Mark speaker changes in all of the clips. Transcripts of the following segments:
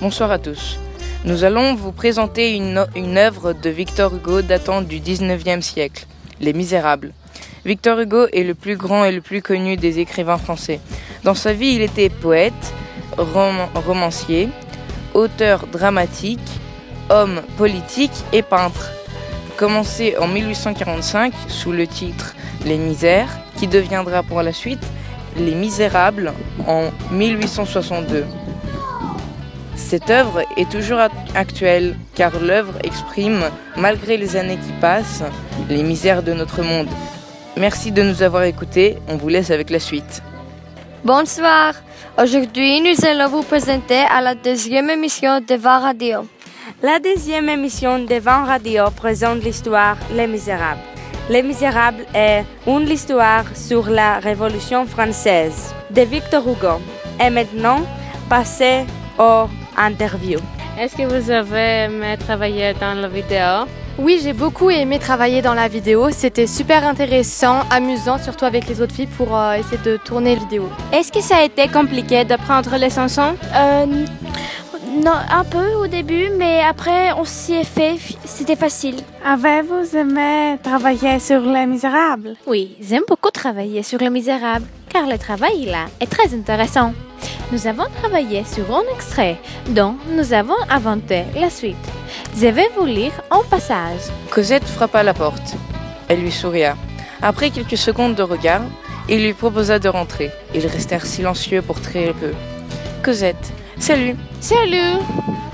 Speaker 1: Bonsoir à tous. Nous allons vous présenter une, o- une œuvre de Victor Hugo datant du 19e siècle, Les Misérables. Victor Hugo est le plus grand et le plus connu des écrivains français. Dans sa vie, il était poète, rom- romancier, auteur dramatique, homme politique et peintre. Commencé en 1845 sous le titre Les Misères, qui deviendra pour la suite Les Misérables en 1862. Cette œuvre est toujours act- actuelle car l'œuvre exprime, malgré les années qui passent, les misères de notre monde. Merci de nous avoir écoutés, on vous laisse avec la suite.
Speaker 2: Bonsoir. Aujourd'hui, nous allons vous présenter à la deuxième émission de Var Radio.
Speaker 3: La deuxième émission de Van Radio présente l'histoire Les Misérables. Les Misérables est une histoire sur la Révolution française de Victor Hugo. Et maintenant, passez aux interviews.
Speaker 4: Est-ce que vous avez aimé travailler dans la vidéo
Speaker 5: Oui, j'ai beaucoup aimé travailler dans la vidéo. C'était super intéressant, amusant, surtout avec les autres filles pour euh, essayer de tourner la vidéo.
Speaker 6: Est-ce que ça a été compliqué de prendre les chansons
Speaker 7: Euh, non, un peu au début, mais après on s'y est fait, c'était facile.
Speaker 8: Avez-vous aimé Ben, travailler sur Les Misérables
Speaker 9: Oui, j'aime beaucoup travailler sur Les Misérables, car le travail là est très intéressant. Nous avons travaillé sur un extrait dont nous avons inventé la suite. Je vais vous lire un passage.
Speaker 1: Cosette frappa à la porte. Elle lui souria. Après quelques secondes de regard, il lui proposa de rentrer. Ils restèrent silencieux pour très peu. Cosette, salut.
Speaker 9: Salut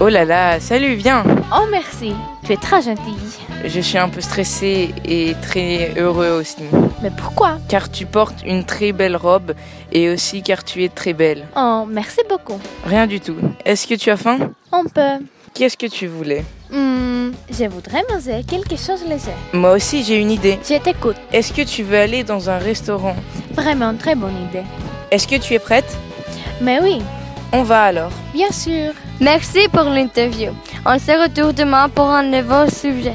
Speaker 1: Oh là là, salut, viens.
Speaker 9: Oh merci, tu es très gentille.
Speaker 1: Je suis un peu stressé et très heureux aussi.
Speaker 9: Mais pourquoi
Speaker 1: Car tu portes une très belle robe et aussi car tu es très belle.
Speaker 9: Oh, merci beaucoup.
Speaker 1: Rien du tout. Est-ce que tu as faim
Speaker 9: On peut.
Speaker 1: Qu'est-ce que tu voulais
Speaker 9: Hmm, je voudrais manger quelque chose de léger.
Speaker 1: Moi aussi j'ai une idée.
Speaker 9: Je t'écoute.
Speaker 1: Est-ce que tu veux aller dans un restaurant
Speaker 9: Vraiment très bonne idée.
Speaker 1: Est-ce que tu es prête
Speaker 9: Mais oui,
Speaker 1: On va alors.
Speaker 9: bien sûr.
Speaker 2: Merci pour l'interview. On se retrouve demain pour un nouveau sujet.